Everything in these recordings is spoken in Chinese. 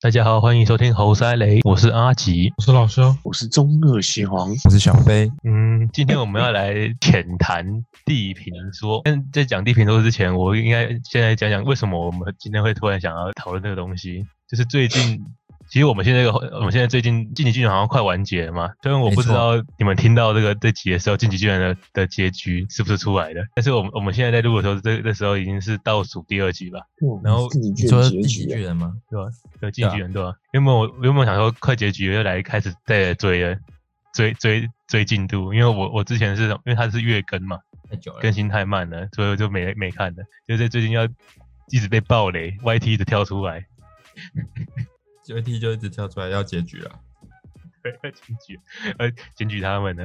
大家好，欢迎收听猴塞雷，我是阿吉。我是老肖，我是中二邪皇，我是小飞，嗯，今天我们要来浅谈地平说。但在讲地平说之前，我应该先来讲讲为什么我们今天会突然想要讨论这个东西。就是最近，其实我们现在这个，我们现在最近《晋级巨人》好像快完结了嘛。虽然我不知道你们听到这个这集的时候，《晋级巨人的》的结局是不是出来的，但是我们我们现在在录的时候，这这时候已经是倒数第二集吧。嗯然后你你说结第几局巨啊，人吗？有进局很多、啊，原本我原本想说快结局了又来开始再来追了，追追追进度，因为我我之前是因为它是月更嘛，太久了更，新太慢了，所以我就没没看了，就是最近要一直被暴雷，YT 一直跳出来，就 T 就一直跳出来要结局啊了。对，要检举，呃，检举他们呢，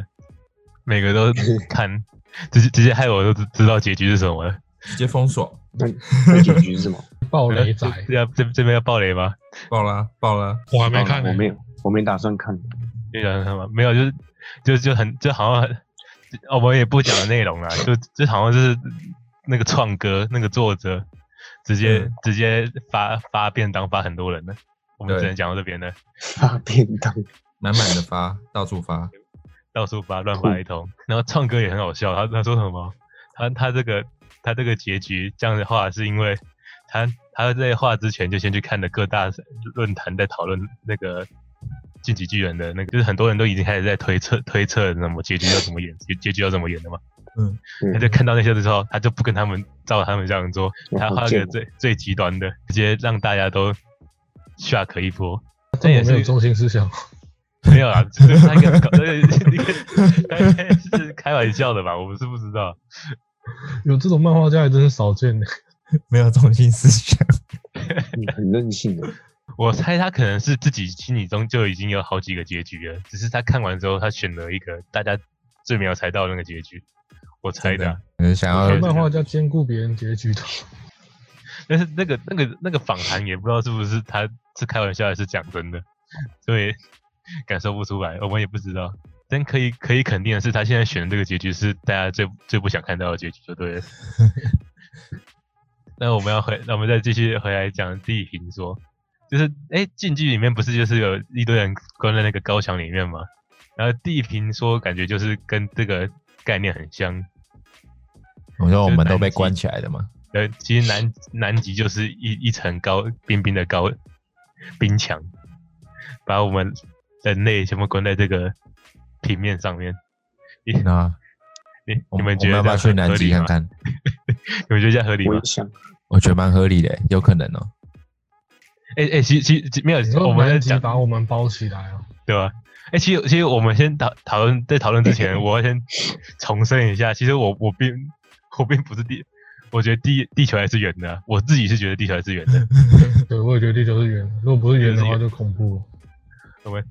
每个都看，直接直接害我都知知道结局是什么了，直接封锁，那结 局是什么？暴雷仔，哎这要这这边要暴雷吗？爆啦爆啦！我还没看呢、我没有，我没打算看。就讲什么没有，就是就就很就好像很，哦，我也不讲内容啦，就就好像就是那个创歌那个作者直接、嗯直接发发便当发很多人呢，我们对只能讲到这边了，发便当，满满的 发，到处发，到处发乱发一通，然后创歌也很好笑，他他说什么？他他这个他这个结局这样的话是因为他他在画之前就先去看了各大论坛在讨论那个。进击巨人的那个，就是很多人都已经开始在推测推测什么结局要怎么演，结结局要怎么演的嘛。他就嗯，看到那些的时候，他就不跟他们照他们这样做，我他好画贱个哦最最极端的，直接让大家都 shock 一波。这这也也没是有中心思想， 没有啦，就是他应该搞，那个应该是开玩笑的吧？我是不知道，有这种漫画家还真是少见呢。没有中心思想。你很任性的，我猜他可能是自己心里中就已经有好几个结局了，只是他看完之后，他选了一个大家最没有猜到的那个结局，我猜的啊、可能想对要漫画家兼顾别人结局的，但是那个那个那个访谈也不知道是不是他是开玩笑还是讲真的，所以 感受不出来，我们也不知道。但可以可以肯定的是，他现在选的这个结局是大家最最不想看到的结局，就对了。那我们要回，那我们再继续回来讲地平说，就是哎，禁忌里面不是就是有一堆人关在那个高墙里面吗？然后地平说感觉就是跟这个概念很像，我说我就是们南都被极关起来的嘛，呃，其实南南极就是一一层高冰冰的高冰墙，把我们人类全部关在这个平面上面。那你我你们我觉们得要这不样很合要去南极理看吗？看？你们觉得这样合理我吗也？想，我觉得蛮合理的，有可能哦。哎哎、其其其没有 你，说我们在南极讲把我们包起来啊？对吧？哎、其实其实我们先讨讨论在讨论之 前，我要先重申一下，其实我我并我并不是地，我觉得地地球还是圆的啊、我自己是觉得地球还是圆的。对，我也觉得地球是圆的，如果不是圆的话就恐怖了。我们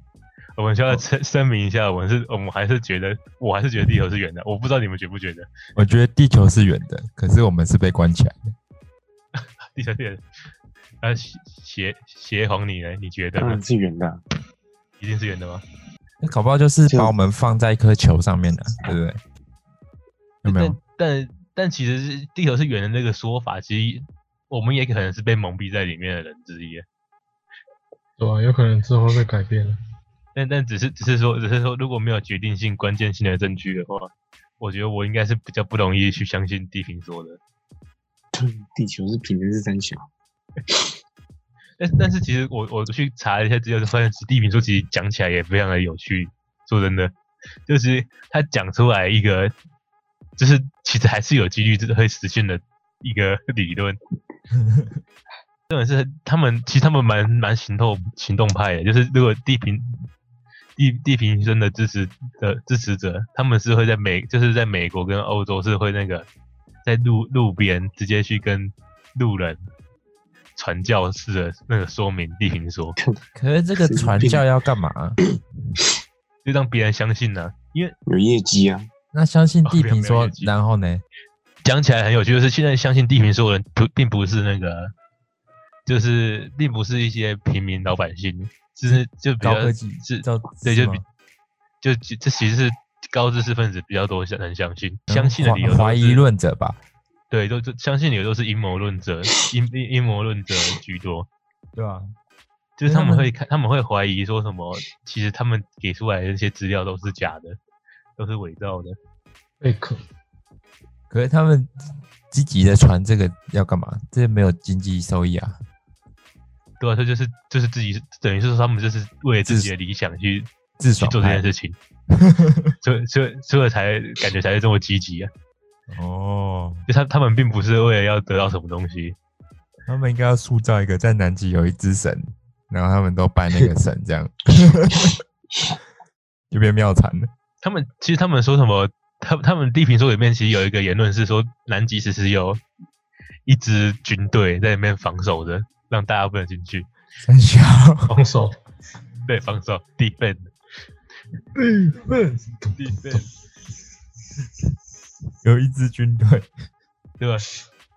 我们需哦要声 声明一下，我们是我们还是觉得我还是觉得地球是圆的，我不知道你们觉不觉得 我觉得地球是圆的，可是我们是被关起来的。地球是圆的。啊，邪邪邪皇你呢？你觉得当吗嗯然？是圆的啊，一定是圆的吗？那搞不好就是就把我们放在一颗球上面的，对不对？有没有？但但但其实是地球是圆的那个说法，其实我们也可能是被蒙蔽在里面的人之一。对吧、有可能之后会被改变的。但但只是只是说只是说，如果没有决定性、关键性的证据的话，我觉得我应该是比较不容易去相信地平说的。地球是平的，是三小，但是但是其实我我去查了一下资料，就发现地平说其实讲起来也非常的有趣。说真的，就是他讲出来一个，就是其实还是有几率真的会实现的一个理论。重点是他们其实他们蛮蛮行动行动派的，就是如果地平地地平生的支持的支持者，他们是会在美就是在美国跟欧洲是会那个在路路边直接去跟路人传教式的那个说明地平说，可是这个神经传病教要干嘛、啊就让别人相信呢、因为有业绩啊，那相信哦地没有没平有说业，绩然后呢？讲起来很有趣，就是现在相信地平说的人不并不是那个，就是并不是一些平民老百姓，就是就比较高科技是叫对，是就比吗就其这其实是高知识分子比较多相能相信，相信的理由都嗯怀怀疑是，论者吧，对，都 都相信理由都是阴谋论者、阴阴阴谋论者居多。对吧、啊？就是因为他他们们会看，他们会怀疑说什么，其实他们给出来的那些资料都是假的，都是伪造的。贝壳可是他们积极的传这个要干嘛？这没有经济收益啊。对啊，这就是就是自己等于是说他们就是为了自自己的理想去自去爽做这派件事情，所以所以所以才感觉才是这么积极啊！哦，就他他们并不是为了要得到什么东西，他们应该要塑造一个在南极有一只神，然后他们都拜那个神，这样 就变妙禅了。他们其实他们说什么，他他们地平说里面其实有一个言论是说，南极其实有一支军队在里面防守着，让大家不能进去。三小，防守，对，防守 defend 嗯 defend，有一支军队，对吧？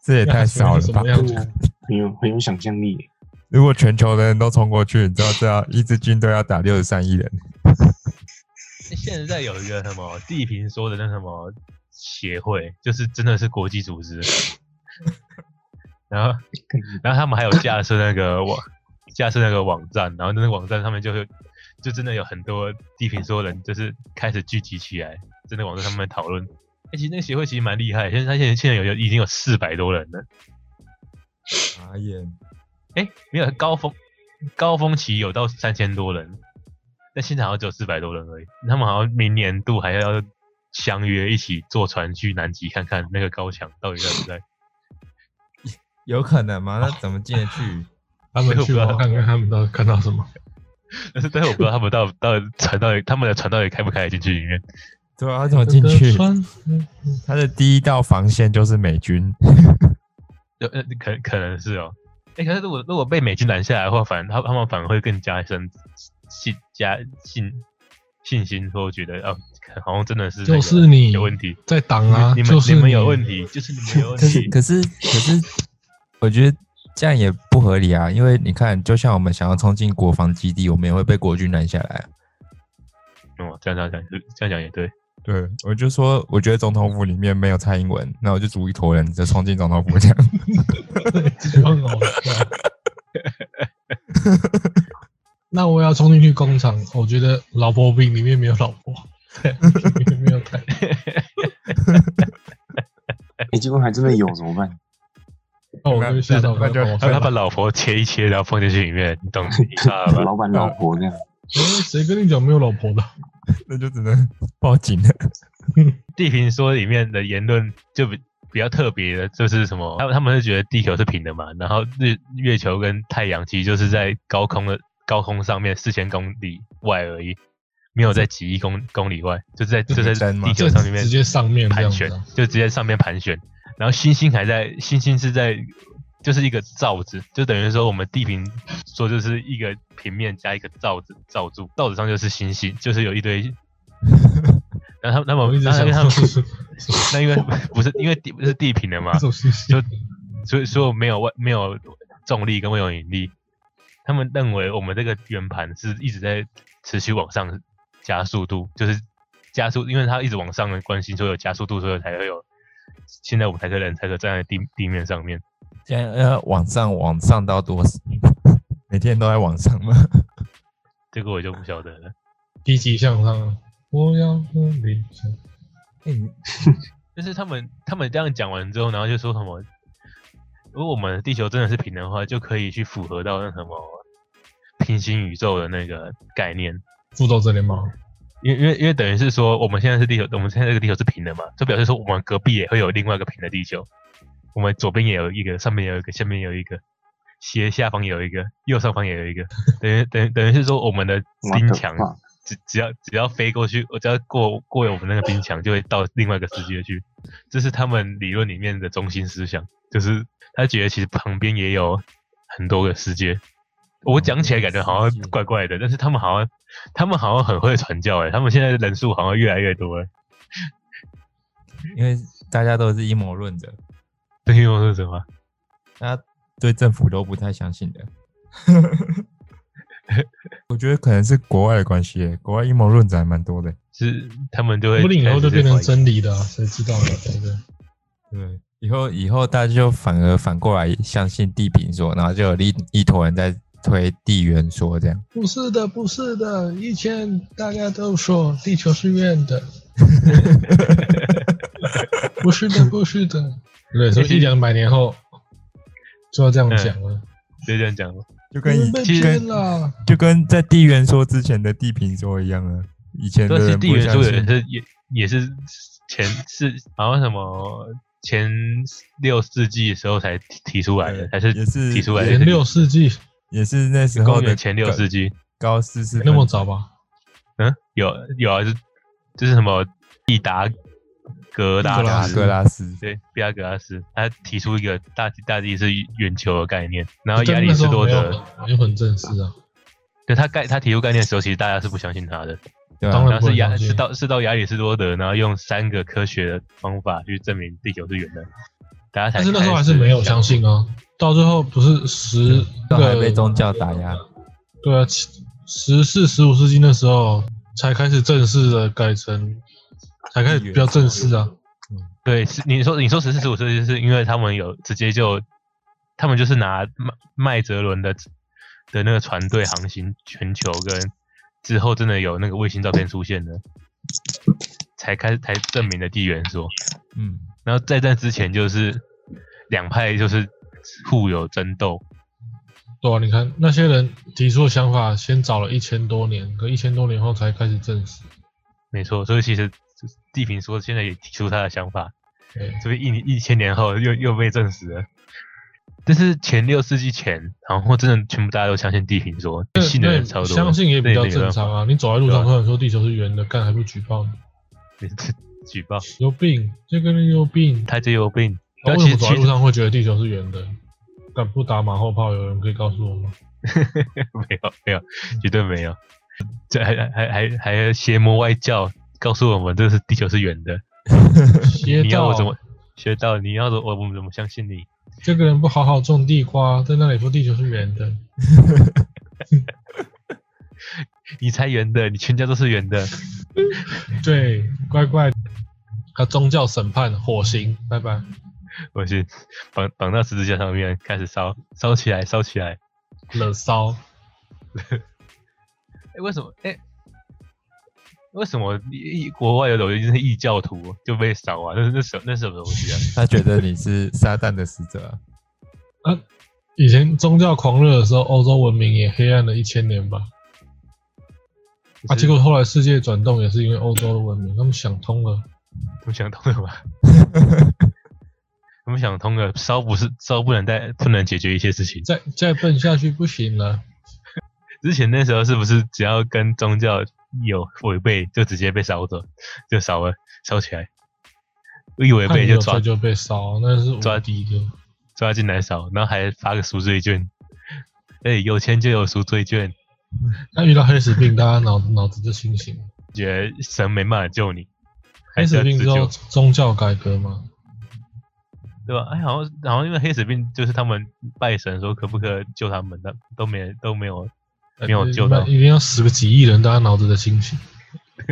这也太少了什吧么？样子？很有很有想象力。如果全球的人都冲过去，你知道这要一支军队要打六十三亿人， 现在有一个什么地平说的那什么协会，就是真的是国际组织，然后然后他们还有架设那个网，架设那个网站，然后那个网站上面就会就真的有很多地平说人，就是开始聚集起来，在那个网站上面讨论。欸、其实那个协会其实蛮厉害，现在他现在现在有有已经有四百多人了。傻眼。哎、没有高峰，高峰期有到三千多人，但现在好像只有四百多人而已。他们好像明年度还要相约一起坐船去南极看看那个高墙到底在不 在。有可能吗？那怎么进得去？ 他们去我看看他们到底看到什么？但是，但是我不知道他们到到底船到底他们的船到底开不开得进去里面。对啊，他怎么进 去？穿嗯他的第一道防线就是美军，有呃，可可能是哦。哎、可是如果如果被美军拦下来的话，反他他们反而会更加深信加信信心，说觉得哦，好像真的是那个就是你有问题，在挡啊，你们就是你们有问题，就是你们有问 可是 题。可是可是，我觉得这样也不合理啊，因为你看，就像我们想要冲进国防基地，我们也会被国军拦下来啊。哦，这样这样讲，这样讲也对。对，我就说，我觉得总统府里面没有蔡英文，那我就组一坨人就冲进总统府这样。对，这就很好笑。 那我要冲进去工厂，我觉得老婆饼里面没有老 婆，对，里面没有太太。哎、结果还真的有怎么办？那我就吓到那就他他老把板，老婆切一切，然后放进去里面，你懂你知道 吧？老板老婆这样，哎谁跟你讲没有老婆的？ 那就只能报警了。地平说里面的言论就比比较特别的，就是什么，他们他们是觉得地球是平的嘛，然后日月球跟太阳其实就是在高空的高空上面四千公里外而已，没有在几亿公公里外，就在就在真吗地球就上面直接上面这样盘子旋啊，就直接上面盘旋，然后星星还在，星星是在就是一个罩子，就等于说我们地平说就是一个平面加一个罩子罩住，罩子上就是星星，就是有一 堆。然后他们，他我一们，直然后因想为他们说是那因为不是因为地不是地平的嘛这，种事情，所以说没有外没有重力跟没有引力，他们认为我们这个圆盘是一直在持续往上加速度，就是加速，因为它一直往上的关系，所以有加速度，所以才会有现在我们才可以人才可以站在地地面上面。现在要往上往上到多少？每天都在往上吗？ 这个我就不晓得了。积极向上啊。我要和你相哎、你但是他们他们这样讲完之后，然后就说什么，如果我们地球真的是平的话，就可以去符合到那什么平行宇宙的那个概念。复仇者联盟，因为因为因为等于是说，我们现在是地球，我们现在这个地球是平的嘛，就表示说我们隔壁也会有另外一个平的地球，我们左边也有一个，上面也有一个，下面也有一个，斜下方也有一个，右上方也有一个，等于等于等于是说我们的哇冰可墙怕！只只要只要飞过去，我只要过过我们那个冰墙，就会到另外一个世界去。这是他们理论里面的中心思想，就是他觉得其实旁边也有很多个世界。嗯我讲起来感觉好像怪怪的，但是他们好像他们好像很会传教诶、欸他们现在的人数好像越来越多欸了。因为大家都是阴谋论者，这个是什么？大家对政府都不太相信的。 我觉得可能是国外的关系耶，国外阴谋论者还蛮多的。是他们就会说不定以后就变成开始在怀疑真理的啊，谁知道呢？对不对？对，以后以后大家就反而反过来相信地平说，然后就有一一坨人在推地缘说这样。不是的，不是的，以前大家都说地球是 圆的，不是的，不是的，对，所以一两百年后就要这样讲嗯了，就这样讲吧。就跟你以们被其实骗了，就跟在地缘说之前的地平说一样啊，以前的但是人地不缘相说也信。是也也是前是好像什么前六世纪的时候才提提出来的，对还是也是提出来前的？六世纪也是那时候公的元前六世纪，高四四那么早吧？嗯，有有啊，就就是什么毕达哥拉毕达斯，格拉斯，对，毕达哥拉斯，他提出一个大地大地是圆球的概念，然后哦亚但里那时士候多没有德，很没有很正式啊，对他概他提出概念的时候，其实大家是不相信他的，对啊当然吧？然后不是能亚相是信。到是到亚里士多德，然后用三个科学的方法去证明地球是圆的，大家才但是那时候开还始是没有相信啊，到最后不是啊十嗯到还被个宗教打压，对啊，七十四、十五世纪那时候才开始正式的改成，才开始比较正式啊。对，是你说你说十四十五世纪，是因为他们有直接就，他们就是拿麦麦哲伦的的那个船队航行全球，跟之后真的有那个卫星照片出现的，才开才证明了地缘说。嗯，然后在战之前就是两派就是互有争斗，对啊，你看那些人提出的想法，先找了一千多年，可一千多年后才开始证实。没错。所以其实地平说现在也提出他的想法，对，这边一一千年后又又被证实了。但是前六世纪前，然后真的全部大家都相信地平说，信的那人超多的，相信也比较这没 正办法常啊。你走在路对啊上突然说地球是圆的，干还不举报你？举报有病，这个人有病。他就有病。那但哦为其实什么走在其路实上会觉得地球是圆的？敢不打马后炮，有人可以告诉我 吗？ 没有没有，绝对没有。这还还还还邪魔外教告诉我们，这是地球是圆的。邪你要道我，怎么学到？你要我我们怎么相信你？这个人不好好种地瓜，在那里说地球是圆的。你才圆的，你全家都是圆的。对，乖乖，啊，宗教审判，火刑，拜拜。我是绑绑到十字架上面开始烧，烧起来，烧起来。冷烧，哎、为什么？哎、为什么异国外有有一些异教徒就被烧啊？那是那什那是什么东西啊？ 他觉得你是撒旦的使者啊，以前宗教狂热的时候，欧洲文明也黑暗了一千年吧。啊，结果后来世界转动也是因为欧洲的文明，他们想通了。他们想通 了吧？他们想通了，烧不是烧不能带不能解决一些事情。再再笨下去不行啊了。之前那时候是不是只要跟宗教有违背，就直接被烧走，就烧了烧起来，一违判背你就有抓罪就被烧，那是抓无敌的。抓进来烧，然后还发个赎罪券。哎、有钱就有赎罪券，那遇到黑死病，大家脑脑子就清醒了。觉得神没办法救你，还黑是死要病自之后救，，宗教改革嘛，对吧？哎，好像好像因为黑死病，就是他们拜神说可不可以救他们，但都没都没有没有救到哎一。定要死个几亿人，大家脑子的清醒。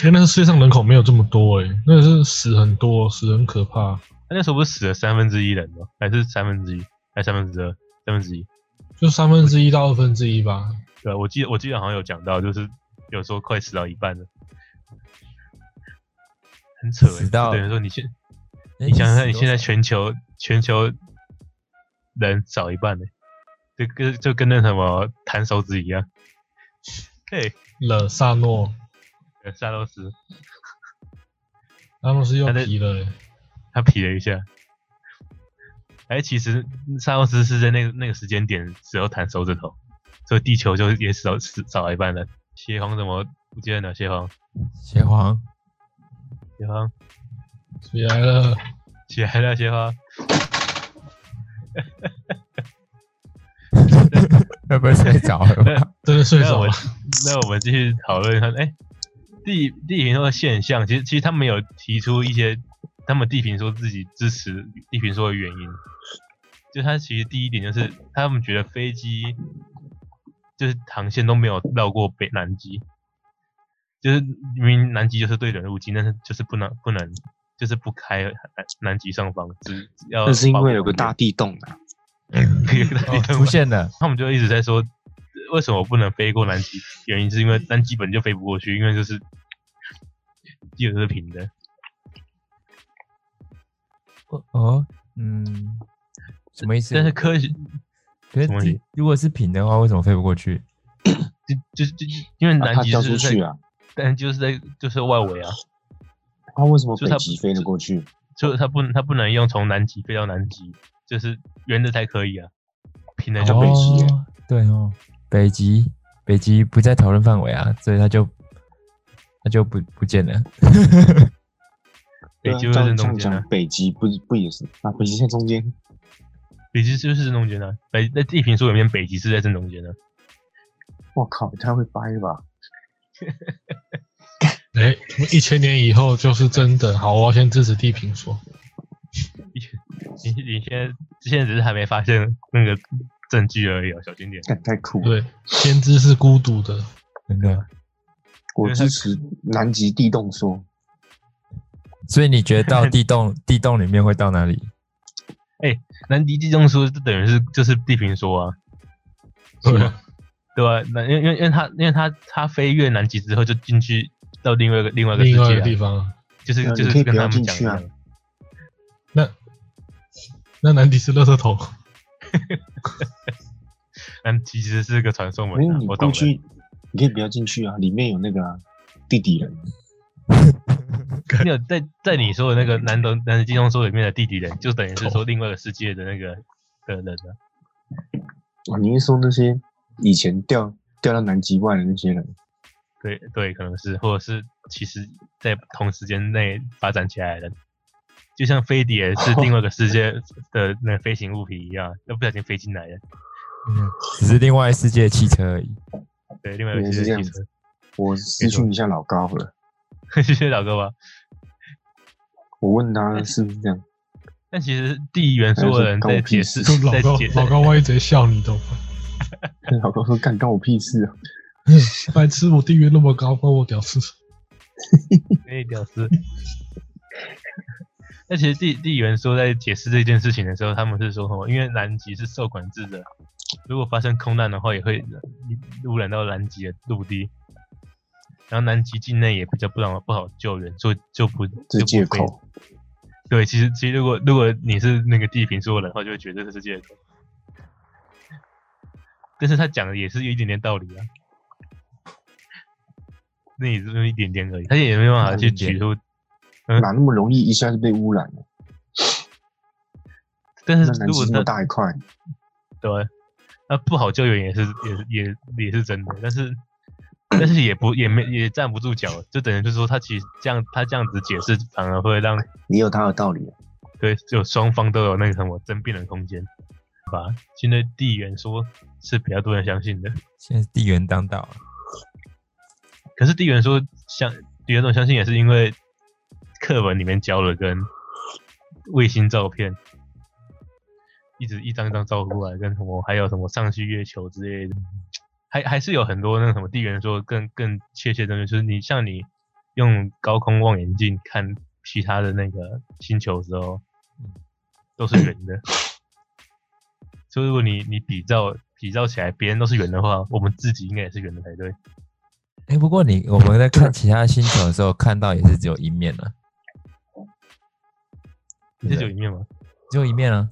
因为那个世界上人口没有这么多诶、哎那个是死很多，死很可怕。他哎那时候不是死了三分之一人吗？还是三分之一？还是三分之二？三分之一？就三分之一到二分之一吧。对啊，我记得我记得好像有讲到，就是有时候快死到一半了，很扯、欸。死到就等于说你现哎诶你想想看，死你多现在少全球全球人少一半呢、就跟就跟那什么弹手指一样。嘿，了萨诺，萨洛斯萨诺斯又他在皮了、欸，他皮了一下。哎，其实萨洛斯是在那个那个时间点只有弹手指头，所以地球就也少死少了一半了。邪皇怎么不见了？邪皇，邪皇，邪皇起来了。起来了，邪皇。会不会睡 着了吧？真的睡那着我了们，那我们继续讨论一下，哎、地地平说的现象，其实其实他们有提出一些他们地平说自己支持地平说的原因，就他其实第一点就是他们觉得飞机就是航线都没有绕过北南极，就是明明南极就是对人入境，但是就是不能不能就是不开南南极上方，只只要那是因保护为有个 航线大地洞啊，哦出现了，他们就一直在说，为什么不能飞过南极？原因是因为南极本就飞不过去，因为就是地球是平的。哦，嗯，什么意思？但是科学可是什么意地思如果是平的话，为什么飞不过去？就就就因为啊南它极掉就是出在，去啊，但就是在就是外围啊，它为什么就是北它极飞得过去？就是它不能它不能用从南极飞到南极，就是圆的才可以啊，平的就不哦北行。极耶哦，对哦，北极，北极不在讨论范围啊，所以它就它就不不见了。北对啊极就这是正样这中样间啊讲，，北极不不也是啊？北极在中间，北极就是正中间啊，北在地平说里面北极是在正中间的、啊。我靠，也太会掰了吧！哎、他们一千年以后就是真的。好，我要先支持地平说。你你现在现在只是还没发现那个证据而已啊，小心点。干太酷了，对，先知是孤独的。真的，我支持南极地动说，所以你觉得到 地洞地洞里面会到哪里？南极地中说，这等于是就是地平说啊，对啊，对吧、那因为因为因为他因为他他飞越南极之后就进去到另外一个另外一个世另外一界、个地啊，方啊。就是那就你可是以跟不要他们进讲去一啊样。那那南迪是垃圾桶，但嗯其实是个传送门、没有啊你，我懂了。过去，你可以不要进去啊，里面有那个啊地底人，没有在在你说的那个南东南极中说里面的地底人，就等于是哦说另外一个世界的那个的人啊。啊，你是说那些以前掉掉到南极外的那些人？对对，可能是，或者是其实在同时间内发展起来的，就像飞碟 是另外一个世界的那个飞行物品一样，那不小心飞进来的，嗯只是另外世界的汽车而已。对，另外一原个来世是这界的样汽车。我私讯一下老高好了， 谢谢老哥吧。我 问他是不是这样，但其实地缘还有所有是人高在解屁释事，老在高解老高万一直接笑你，懂吗？老高说干干我屁事啊！白痴，我地位那么高，关我屌事。那屌丝。那其实地地缘说在解释这件事情的时候，他们是说什么？因为南极是受管制的，如果发生空难的话，也会污染到南极的陆地。然后南极境内也比较不好不好救援，所以就不就是这不借飞口。对，其实其实如果如果你是那个地平说的人的话，就会觉得这是借口。但是他讲的也是有一点点道理啊，那也只有一点点而已，他也没办法去取出。嗯哪那么容易一下就被污染了？但那是南如果极那他么大一块，对，啊那不好救援也是也是也也是真的，但是但是也不也没也站不住脚，就等于就是说他其实这样他这样子解释，反而会让也有他的道理啊。对，就双方都有那个什么争辩的空间，吧？现在地缘说是比较多人相信的，现在是地缘当道啊，可是地缘说相地缘这种相信也是因为课文里面教了，跟卫星照片一直一张一张照过来，跟什么还有什么上去月球之类的，还还是有很多那个什么地缘说更更确切的东西，就是你像你用高空望远镜看其他的那个星球的时候，都是圆的。所以如果你你比照比照起来，别人都是圆的话，我们自己应该也是圆的才对。哎、不过你我们在看其他星球的时候，看到也是只有一面啊，你是九一面吗？只有一面啊，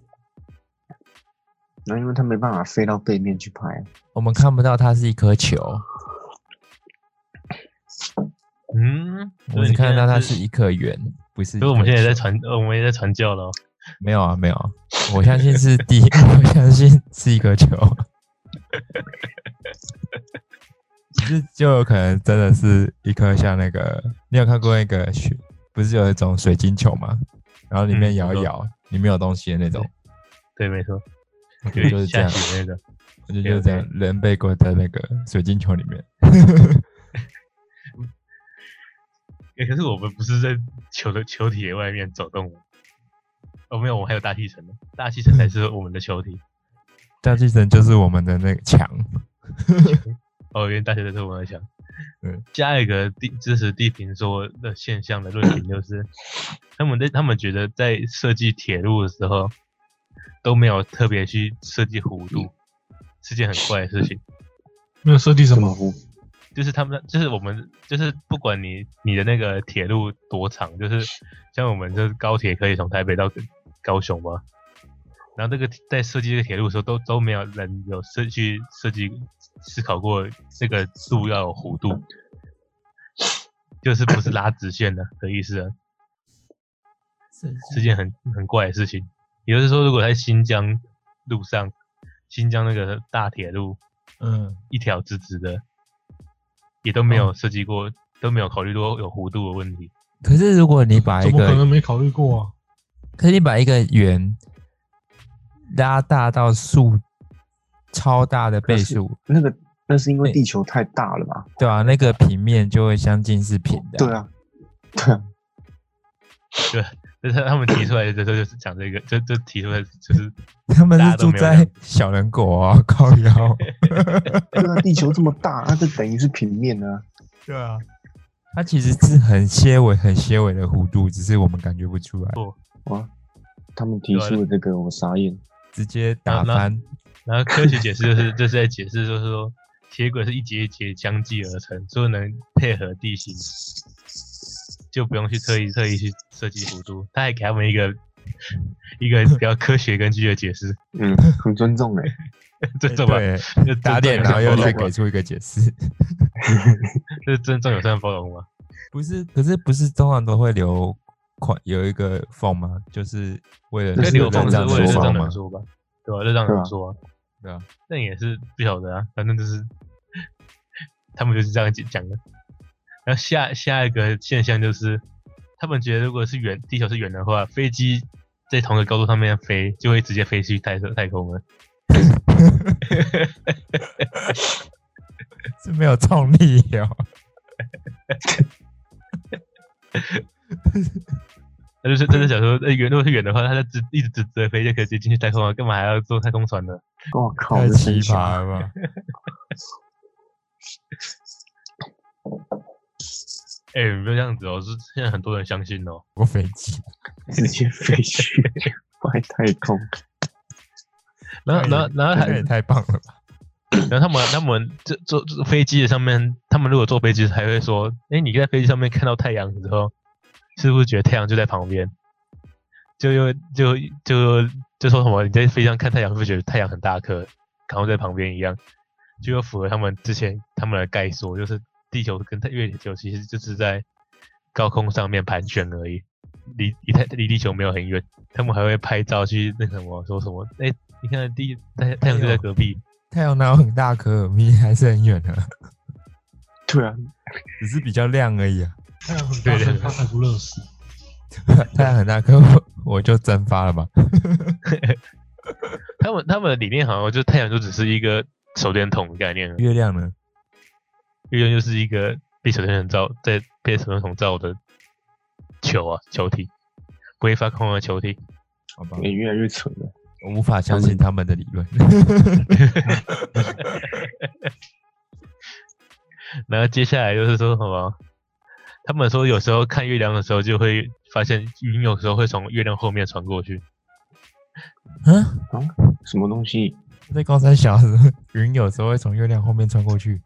那因为他没办法飞到背面去拍，啊我们看不到它是一颗球，嗯，我们只看到它是，一颗圆，不是一颗球。所以你现在是所以我们现在也在传，呃我们也在传教了哦。没有啊，没有啊，我相信是第， 我相信是一个球，只是就有可能真的是一颗像那个，你有看过那个雪，不是有一种水晶球吗？然后里面嗯摇我一知摇，里面有东西的那种，对，没错，我觉得就有是这下样，雪那个。我觉得就是这样，人被关在那个水晶球里面。欸可是我们不是在球的球体的外面走动吗？哦，没有，我们还有大气层呢，大气层才是我们的球体。大气层就是我们的那个墙，哦，原来大气层是我们的墙。嗯，下一个地支持地平说的现象的论点就是，他们在他们觉得在设计铁路的时候，都没有特别去设计弧度，是件很怪的事情。没有设计什这么么，糊？就是他们，就是我们，就是不管你你的那个铁路多长，就是像我们这高铁可以从台北到高雄嘛，然后这个在设计这个铁路的时候，都都没有人有设去设计思考过这个路要有弧度，就是不是拉直线的的意思啊，是件很很怪的事情。也就是说，如果在新疆路上，新疆那个大铁路嗯，一条直直的，也都没有设计过，都没有考虑过有弧度的问题。可是如果你把一怎么可能个，没考虑过啊？可是你把一个圆拉大到数超大的倍数，那个那是因为地球太大了吧？对啊，那个平面就会相近是平的啊。对啊，对啊，但是他们提出来的时候就是讲这个，就就提出来就是他们大是家都住没有这在样小人国啊，靠腰。对啊，地球这么大，那就等于是平面啊。对啊，它其实是很些微、很些微的弧度，只是我们感觉不出来，哇，他们提啊出的这个，我傻眼。直接打那那翻。然后科学解释就是就是在解释，就是说铁轨是一节一节相继而成，所以能配合地形，就不用去特意特意去设计弧度。他还给他们一个一个比较科学根据的解释，嗯， 很尊重哎、这怎么对，这打脸，这然后又这再给出一个解释。这尊重有算包容吗？不是，可是不是通常都会留款有一个缝吗？就是为了这跟是流有放人是这样为了让说法人吗说吧，对吧？热让对人啊说、啊。对啊，那也是不晓得啊，反正就是他们就是这样讲讲的。然后下下一个现象就是，他们觉得如果是圆地球是圆的话，飞机在同一个高度上面飞，就会直接飞去太太空了。是没有重力哦。那就是真的想说，呃，圆如果是圆的话，它就直一直直直的飞就可以直接进去太空了，干嘛还要坐太空船呢？我靠，太这奇神奇葩了 吧！哎、不要这样子哦，是现在很多人相信哦。我飞机，直接飞去外太空。然后然后然后还这个也太棒了吧！然后他们他们这坐坐飞机的上面，他们如果坐飞机还会说，哎，你在飞机上面看到太阳之后，是不是觉得太阳就在旁边？就又就就就说什么你在飞机上看太阳，会不会觉得太阳很大颗，然后在旁边一样？就又符合他们之前他们的概说，就是地球跟太月球其实就是在高空上面盘旋而已，离离太离地球没有很远。他们还会拍照去那什么说什么，哎，你看地太太阳就在隔壁。太阳哪有很大颗，明明还是很远的，对啊， 只是比较亮而已啊。太阳很对大，对所以对它才不热死。 太阳很大颗，我就蒸发了吧？他们他们的理念好像就是太阳就只是一个手电筒的概念而已，月亮呢？月亮就是一个被手电筒照在被手电筒照的球啊球体，不会发光的球体。好吧，也越来越蠢了。我无法相信他们的理论。然后接下来就是说什么，他们说有时候看月亮的时候就会发现云有时候会从月亮后面传过去，嗯，什么东西？ 在高山小时候，云有时候会从月亮后面穿过去。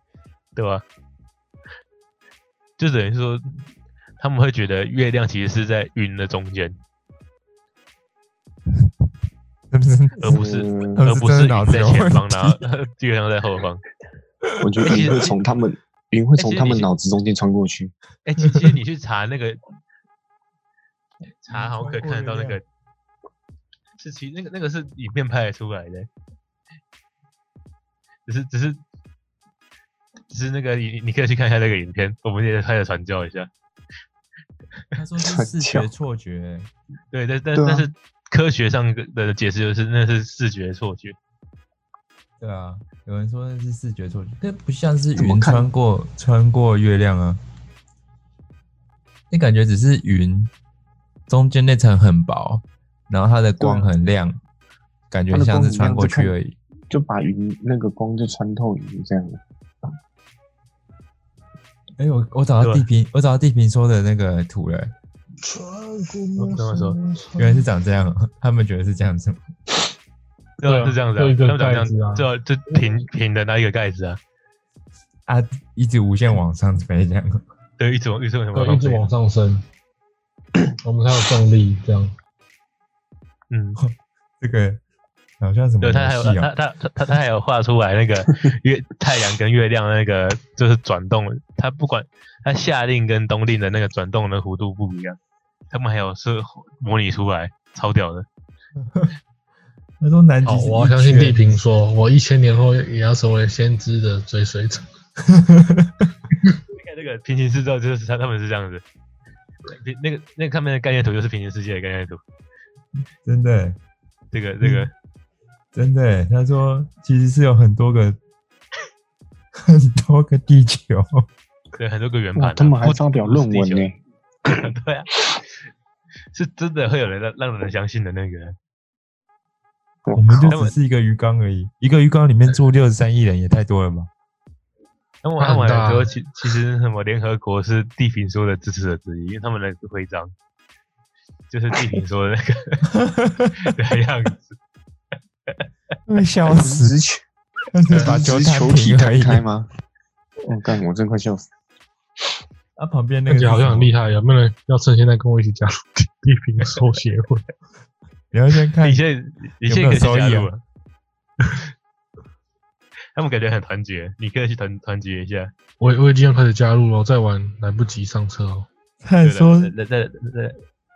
对吧？就等于说他们会觉得月亮其实是在云的中间，是不是？而不是 嗯而不是真的脑云子在有前方，问题然后 月亮在后方。我觉得云会从他哎们，云会从他们脑子中间穿过去。哎、其其实你去查那个查，好像可以看得到那个，是其那个那个是影片拍得出来的，只是只是只是那个你你可以去看一下那个影片，我们也开始传教一下。他说是视觉错觉，对，但但、对啊但是科学上的解释就是那是视觉错觉，对啊，有人说那是视觉错觉，那不像是怎么云看穿过穿过月亮啊，那感觉只是云中间那层很薄，然后它啊的光很亮，感觉像是穿过去而已。就把云那个光就穿透云这样了，哎、我我找对到啊地平，我找到地平说的那个图了、穿我过跟我说陌生的 原来是长这样哦，他们觉得是这样子。对对啊，啊是这样子啊就一，个他们长盖这子啊样，就就平平的那一个盖子啊，啊，一直无限往上飞这样。 对，一直往一直往对，一直往，上升，我们才有动力这样。嗯，这个好像什么对他还有游戏他啊？他他他他还有画出来那 个月太阳跟月亮那个就是转动，他不管他夏令跟冬令的那个转动的弧度不一样，他们还有是模拟出来，超屌的。他说南极哦好，是哦我要一相信圈地平说，我一千年后也要成为先知的追随者。你看那个平行世界就是他他们是这样子，平那个那个他们的概念图就是平行世界的概念图，真的这个这个嗯真的，欸他说其实是有很多个 很多个地球，对很多个圆啊哇，盘，啊他们还不发表论不文呢、？止地球 对啊，是真的会有人让让人相信的那个。我我们靠，就只是一个鱼缸而已，一个鱼缸里面住六十三亿人也太多了吧？那我那看很完大了之后，啊其其实什么联合国是地平说的支持者之一，因为他们的徽章就是地平说的 那个的样子。会哎笑 死，直球 把球直弹啊球体平而弹已。开 吗？我干，我真快笑死！啊，旁边那感个觉好像很厉害，害，有没有人要趁现在跟我一起加入地地平说协会？你要先 看你现在你有现没在有可以加收益入啊了。 他们感觉很团结，你可以去团团结一下。 我我已经要开始加入了，再晚来不及上车哦。看哎说在在在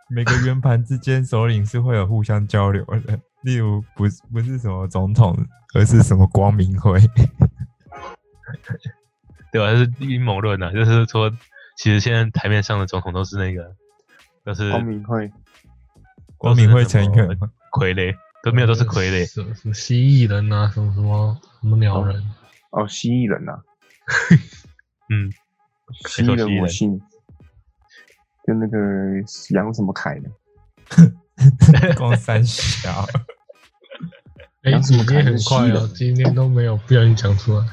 每个圆盘之间首领是会有互相交流的，例如不是不是什么总统，而是什么光明会。对吧？是阴谋论呐，就是说，其实现在台面上的总统都是那个，都是光明会，光明会成一个傀儡，都没有都是傀 儡。什么什么蜥蜴人啊，什么什么什么鸟人，哦，蜥蜴人呐、啊，嗯，蜥蜴蜥蜴人我人信，就那个杨什么凯的，光三小，哎、养什今么天凯很是蜥蜴快哦，人今天都没有不小心讲出来。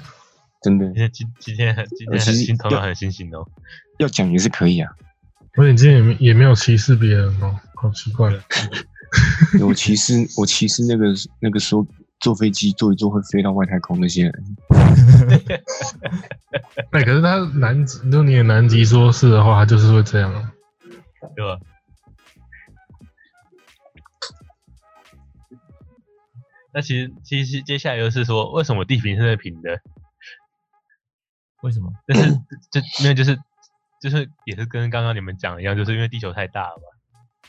真的今天今今天很今呃天其很实心头要脑很清醒哦。要讲也是可以啊，而且今天也没也没有歧视别人哦，好奇怪。我歧视我歧视那个那个说坐飞机坐一坐会飞到外太空那些人，哎、可是他南极，就你的南极说是的话，他就是会这样哦。对吧？那其实，其实接下来就是说，为什么地平线是平的？为什么？但 是就没有，就是就是也是跟刚刚你们讲的一样，就是因为地球太大了嘛，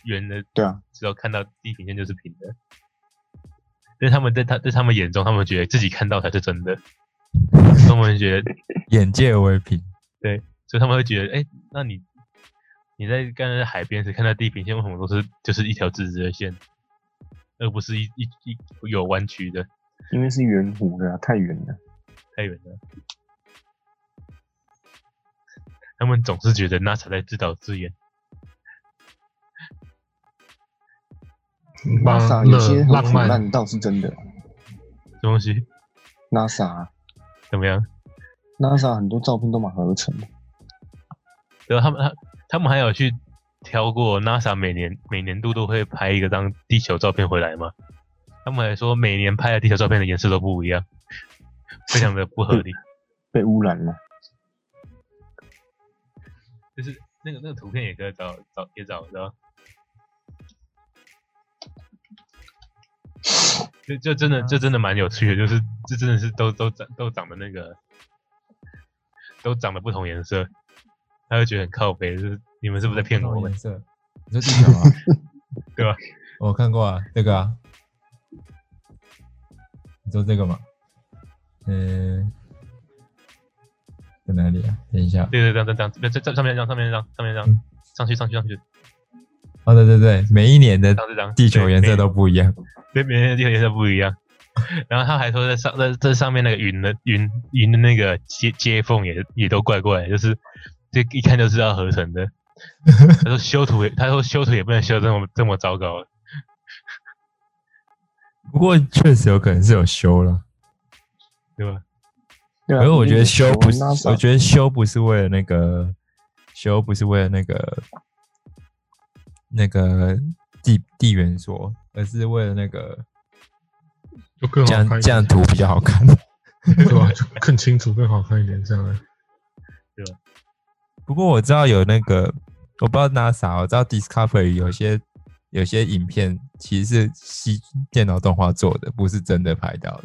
圆的对啊，只有看到地平线就是平的。但是他们在他在他们眼中，他们觉得自己看到才是真的，他们觉得，眼界为凭，所以他们会觉得，哎、那你你在刚才在海边时看到地平线，为什么都是就是一条直直的线，而不是一一一有弯曲的？因为是圆弧的、啊，太圆了。太远了。他们总是觉得 NASA 在自导自演，帮 NASA 有些乐很浪腐漫，烂倒是真的什么东西，NASA 啊怎么样？ NASA 很多照片都蛮合成的，然后他们他他们还有去挑过 NASA 每年每年度都会拍一个张地球照片回来嘛？他们还说每年拍的地球照片的颜色都不一样，非常的不合理。被污染了。就是那个那个图片也可以找找也找得到。就就真的就真的蛮有趣的，就是这真的是都都长都长得那个，都长得不同颜色，他就觉得很靠北，就是你们是不是在骗我不同们颜？色？你说地球啊？ 对吧？我看过啊，这个啊，你说这个吗？嗯，在哪里啊？等一下，对对对，这样这样这这上面这张上面这张上面这张嗯上去上去上去哦，对对对，每一年的上这张地球颜色对都不一样，对每天地球颜色不一样。然后他还说在上在这上面那个云的云云的那个接接缝也也都怪怪的，就是这一看就知道合成的。他说修图也，他说修图也不能修这么这么糟糕。不过确实有可能是有修了。对吧？对啊，可是我觉得修不是， NASA 我觉得修不是为了那个，修不是为了那个那个地地缘说，而是为了那个就更这好样看一这样点，图比较好看。对吧？就更清楚、更好看一点，这样。不过我知道有那个，我不知道 NASA，我知道 Discovery 有些有些影片其实是西电脑动画做的，不是真的拍到的。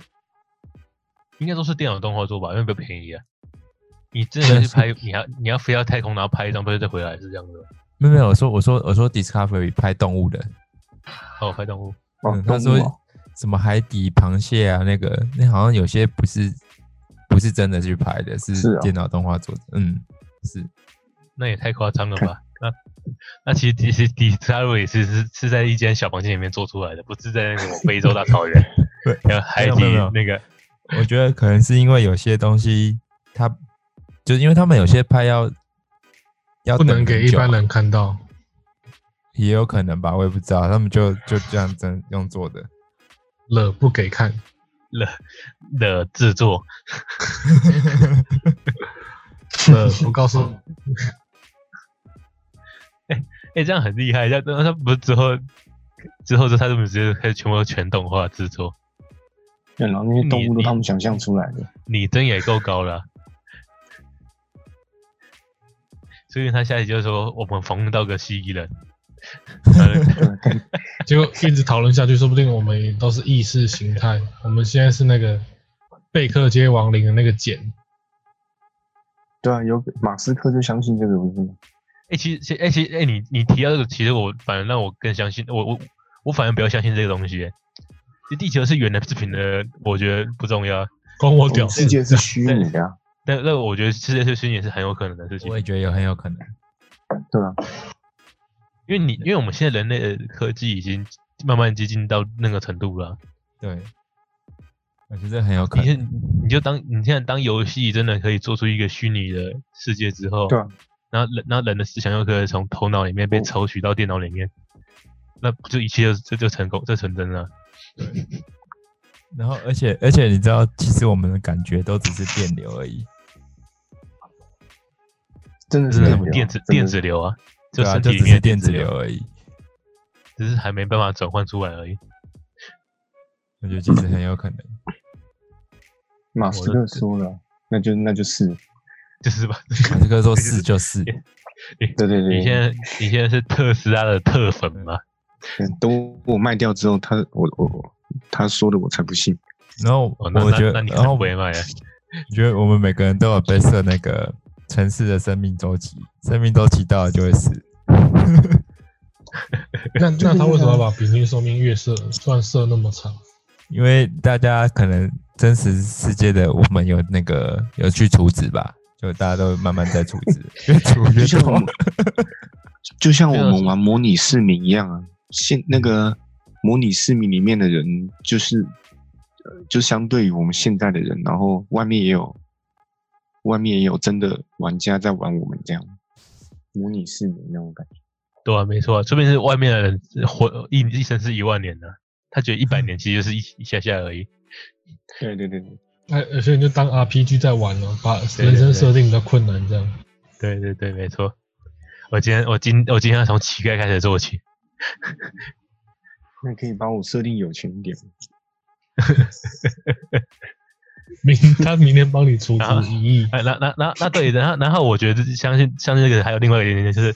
应该都是电脑动画做吧，因为比较便宜啊。你真的去拍，你要你要飞到太空，然后拍一张照再回来，是这样的吗。没有没有，我说我说我说 Discovery 拍动物的，哦，拍动物，哦嗯，他说动物啊什么海底螃蟹啊，那个那好像有些不是不是真的去拍的，是是啊电脑动画做的。嗯，是那也太夸张了吧？那那其实其实 Discovery 是是是在一间小房间里面做出来的，不是在那种非洲大草原 对，然后海底没有没有那个我觉得可能是因为有些东西它，就因为他们有些拍要要不能等给很一久啊般人看到。也有可能吧，我也不知道，他们就就这样真用做的。了不给看，的制作，了我告诉你，哎、这样很厉害。这样那他不是之后之后就他们直接开始全部都全动画制作，对然后那些动物你都你他们想象出来的，你真也够高了啊、所以他下一集就说我们访问到个蜥蜴人， 结果一直讨论下去，说不定我们也都是意识形态。我们现在是那个贝克街亡灵的那个茧，对啊，有马斯克就相信这个不是吗？哎、其实，其哎、其实，哎、你你提到这个，其实我反而让我更相信，我我我反而比较相信这个东西。其实地球是圆的是平的，我觉得不重要。关我我屌们事世！界是虚拟的、啊，但但我觉得世界最虚拟是很有可能的事情我，也觉得有很有可能。对啊，因为你因为我们现在人类的科技已经慢慢接近到那个程度了啊。对，我觉得很有可你能。现你就当你现在当游戏真的可以做出一个虚拟的世界之后，对啊，然后人然后人的思想又可以从头脑里面被我抽取到电脑里面，那不就一切就这就成功这成真了。然后，而且而且你知道，其实我们的感觉都只是电流而已，真的就是是什这样么啊电子真的电子流啊，就对啊，身就体里只面是的电子流，流而已。只是还没办法转换出来而已。我觉得其实很有可能。马斯克说了，那就那就是，就是 吧？马斯克说是 就是，对对你现对，在你现在是特斯拉的特粉吗？等我卖掉之后，他我我他说的我才不信，然后哦，那我觉那那得，你可然后能我不会卖啊。觉得我们每个人都有被设那个城市的生命周期，生命周期到了就会死。 那那他为什么要把平均寿命越设算设那么长？因为大家可能真实世界的我们有那个有去除脂吧，就大家都慢慢在除脂，越除就越像我多们。就像我对啊们玩模拟市民一样啊，现那个模拟市民里面的人就是，呃就相对于我们现在的人，然后外面也有，外面也有真的玩家在玩我们这样模拟市民那种感觉。对啊，没错啊，说不定是外面的人活一一生是一万年的，他觉得一百年其实就是一一下下而已。对对对对，哎，有些人就当 RPG 在玩了、把对对人生设定比较困难这样。对对对，没错。我今天我今我今天要从乞丐开始做起，那可以帮我设定有钱一点吗。明他明天帮你出啊资一亿，哎，那那那那对，然后然后我觉得相信相信这个还有另外一个原因就是，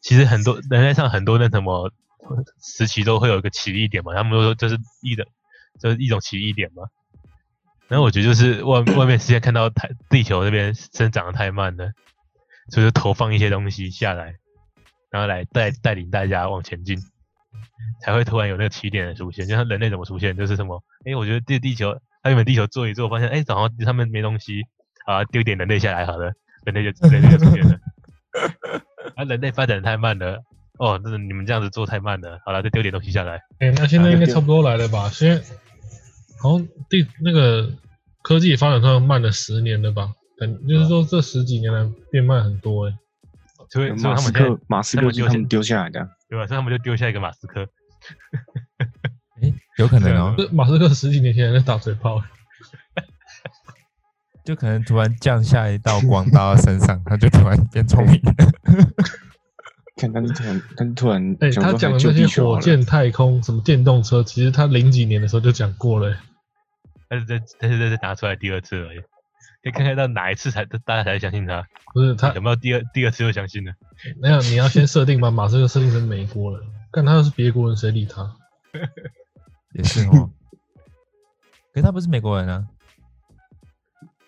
其实很多人类上很多那什么时期都会有一个起义点嘛，他们都说这是一的，这是一种起义点嘛。然后我觉得就是外外面世界看到太地球这边生长的太慢了，所以就投放一些东西下来，然后来带带领大家往前进，才会突然有那个起点的出现。就像人类怎么出现，就是什么，哎，我觉得地地球，他原本地球做一做，发现哎，好像他们没东西，啊，丢点人类下来好了，人类就人类就出现了。啊，人类发展得太慢了，哦，那你们这样子做太慢了，好了，再丢点东西下来。哎、那现啊在应该差不多来了吧？现在好像地那个科技发展上慢了十年了吧？感就是说这十几年来变慢很多哎、所以，所以马他们斯现在克，马斯他克们是就他是们丢下来的啊，对吧？所以他们就丢下一个马斯克。诶有可能哦，这马斯克十几年前还在打嘴炮、欸，就可能突然降下一道光到他身上，他就突然变聪明了。看他就突然，他就突然哎、想他说讲的救那地些球好火了，箭、太空、什么电动车，其实他零几年的时候就讲过了、欸。但是再但是再再拿出来第二次而已，再看看到哪一次才大家才相信他，不是哎他有没有第二第二次又相信呢？没有，你要先设定把马斯克设定成美国人，看他要是别国人，谁理他？也是哦。可是他不是美国人啊，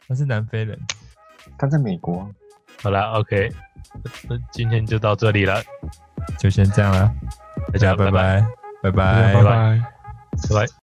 他是南非人。他在美国，啊好啦 o、k 那那今天就到这里了，就先这样啦，大家拜拜，拜，拜大家拜拜。拜。拜拜。